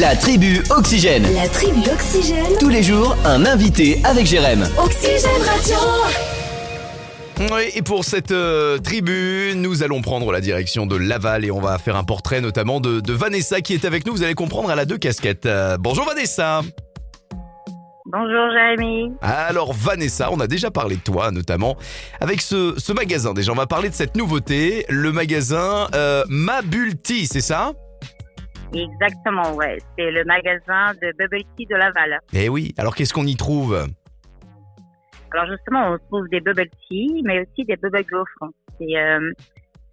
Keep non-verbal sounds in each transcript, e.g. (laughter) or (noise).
La tribu Oxygène. La tribu Oxygène. Tous les jours, un invité avec Jérém. Oxygène Radio. Oui, Et pour cette euh, tribu, nous allons prendre la direction de Laval et on va faire un portrait notamment de, de Vanessa qui est avec nous. Vous allez comprendre, elle a deux casquettes. Euh, bonjour Vanessa. Bonjour Jérémy. Alors Vanessa, on a déjà parlé de toi notamment avec ce, ce magasin. Déjà, on va parler de cette nouveauté, le magasin euh, Mabulti, c'est ça Exactement, ouais. C'est le magasin de Bubble Tea de Laval. Eh oui. Alors qu'est-ce qu'on y trouve Alors justement, on trouve des Bubble Tea, mais aussi des Bubble Glow France. C'est euh,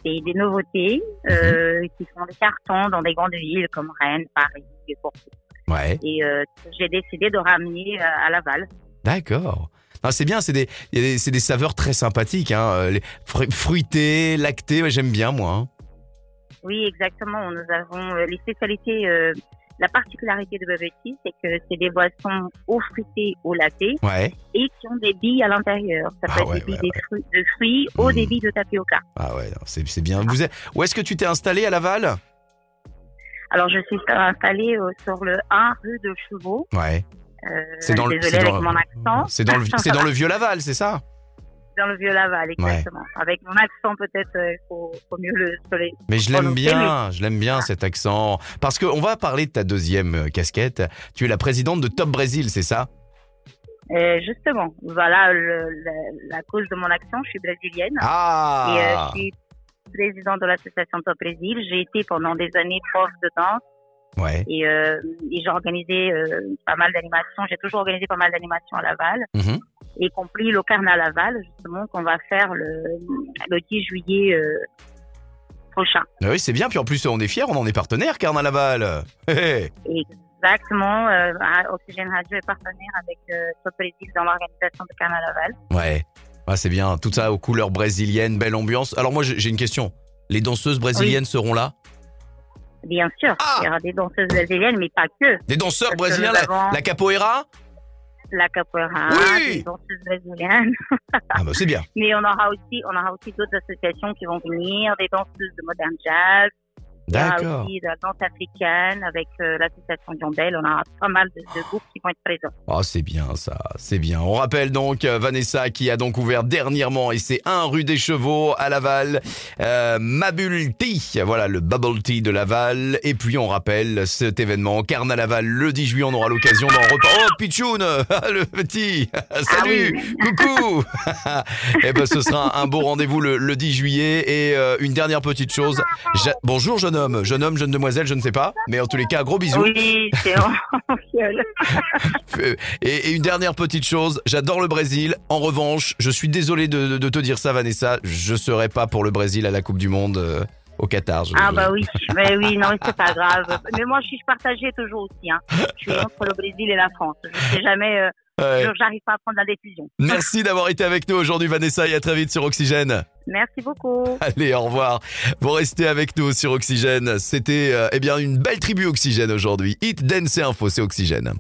c'est des nouveautés euh, Mhm. qui sont des cartons dans des grandes villes comme Rennes, Paris, et Porto. Ouais. Et euh, que j'ai décidé de ramener euh, à Laval. D'accord. Non, c'est bien, c'est des, il y a des- c'est des saveurs très sympathiques, hein, euh, les fru- fruitées, lactées, ouais, j'aime bien moi. hein. Oui, exactement. Nous avons euh, les spécialités. euh, la particularité de Bubble Tea, c'est que c'est des boissons au fruité, au laté, Ouais. et qui ont des billes à l'intérieur. Ça peut Ah être ouais, des billes ouais, des fruits- de fruits ou des Mm. billes de tapioca. Ah ouais, non, c'est c'est bien. Vous êtes- où est-ce que tu t'es installé à Laval Alors, je suis installée euh, sur le 1 rue de Chevaux. Ouais. Euh, C'est dans le- c'est dans désolée avec le- Mmh. mon (laughs) accent. C'est dans le c'est dans le vieux Laval, c'est ça Dans le vieux Laval, exactement. Avec mon accent, peut-être, euh, il faut, faut mieux le soleil. Mais je l'aime prononcer, bien, je l'aime bien cet accent parce que on va parler de ta deuxième euh, casquette. Tu es la présidente de Top Brésil, c'est ça Euh, justement, voilà le- le- la cause de mon accent. Je suis brésilienne. Et euh, Ah je suis présidente de l'association Top Brésil. J'ai été pendant des années prof de danse Ouais. et, euh, et j'ai organisé euh, pas mal d'animations. J'ai toujours organisé pas mal d'animations à Laval. Mhm. y compris le carnaval Laval, justement, qu'on va faire le, le 10 juillet euh, prochain. Ah Oui, c'est bien. Puis en plus, on est fiers, on en est partenaire, Carna Laval. (laughs) Hé, hé. Exactement, euh, à- Oxygène Radio est partenaire avec euh, Top Politique dans l'organisation de carnaval Laval. Ouais. Ah, c'est bien. Tout ça aux couleurs brésiliennes, belle ambiance. Alors moi, j'ai j'ai une question. Les danseuses brésiliennes seront là Bien sûr, Ah il y aura des danseuses brésiliennes, mais pas que. Des danseurs Parce que brésiliens, nous la, avons- la capoeira La capoeira, Oui des danseuses brésiliennes. (laughs) Ah bah c'est bien. Mais on aura aussi, on aura aussi d'autres associations qui vont venir, des danseuses de modern jazz. Il y aura D'accord. aussi de Ah la danse africaine avec euh, l'association Diondel. On aura pas mal de- de groupes qui vont être présents. Oh, c'est bien ça, c'est bien. On rappelle donc euh, Vanessa qui a donc ouvert dernièrement, et c'est 1 rue des Chevaux à Laval, euh, Mabul Tea, voilà le Bubble Tea de Laval. Et puis on rappelle cet événement, Carna Laval, le 10 juillet, on aura l'occasion d'en reparler. Oh, Pichoun, (laughs) ah, le petit, salut, coucou Eh ben ce sera un beau rendez-vous le, le 10 juillet. Et euh, une dernière petite chose, Ja- bonjour jeune homme, jeune homme, jeune demoiselle, je ne sais pas, mais en tous les cas, gros bisous. Oui, c'est en en (laughs) fiole. Euh, Et, et une dernière petite chose, j'adore le Brésil. En revanche, je suis désolé de, de- de te dire ça, Vanessa. Je serai pas pour le Brésil à la Coupe du Monde euh, au Qatar. Je- Ah je- bah oui, mais oui, non, mais c'est pas grave. Mais moi, je suis partagée toujours aussi. Hein. Je suis entre le Brésil et la France. Je sais jamais, euh, Ouais. je- j'arrive pas à prendre la décision. Merci d'avoir été avec nous aujourd'hui, Vanessa, et à très vite sur Oxygène. (laughs) Merci beaucoup. Allez, au revoir. Vous restez avec nous sur Oxygène. C'était euh, eh bien une belle tribu Oxygène aujourd'hui. Hit, dance et info, c'est Oxygène.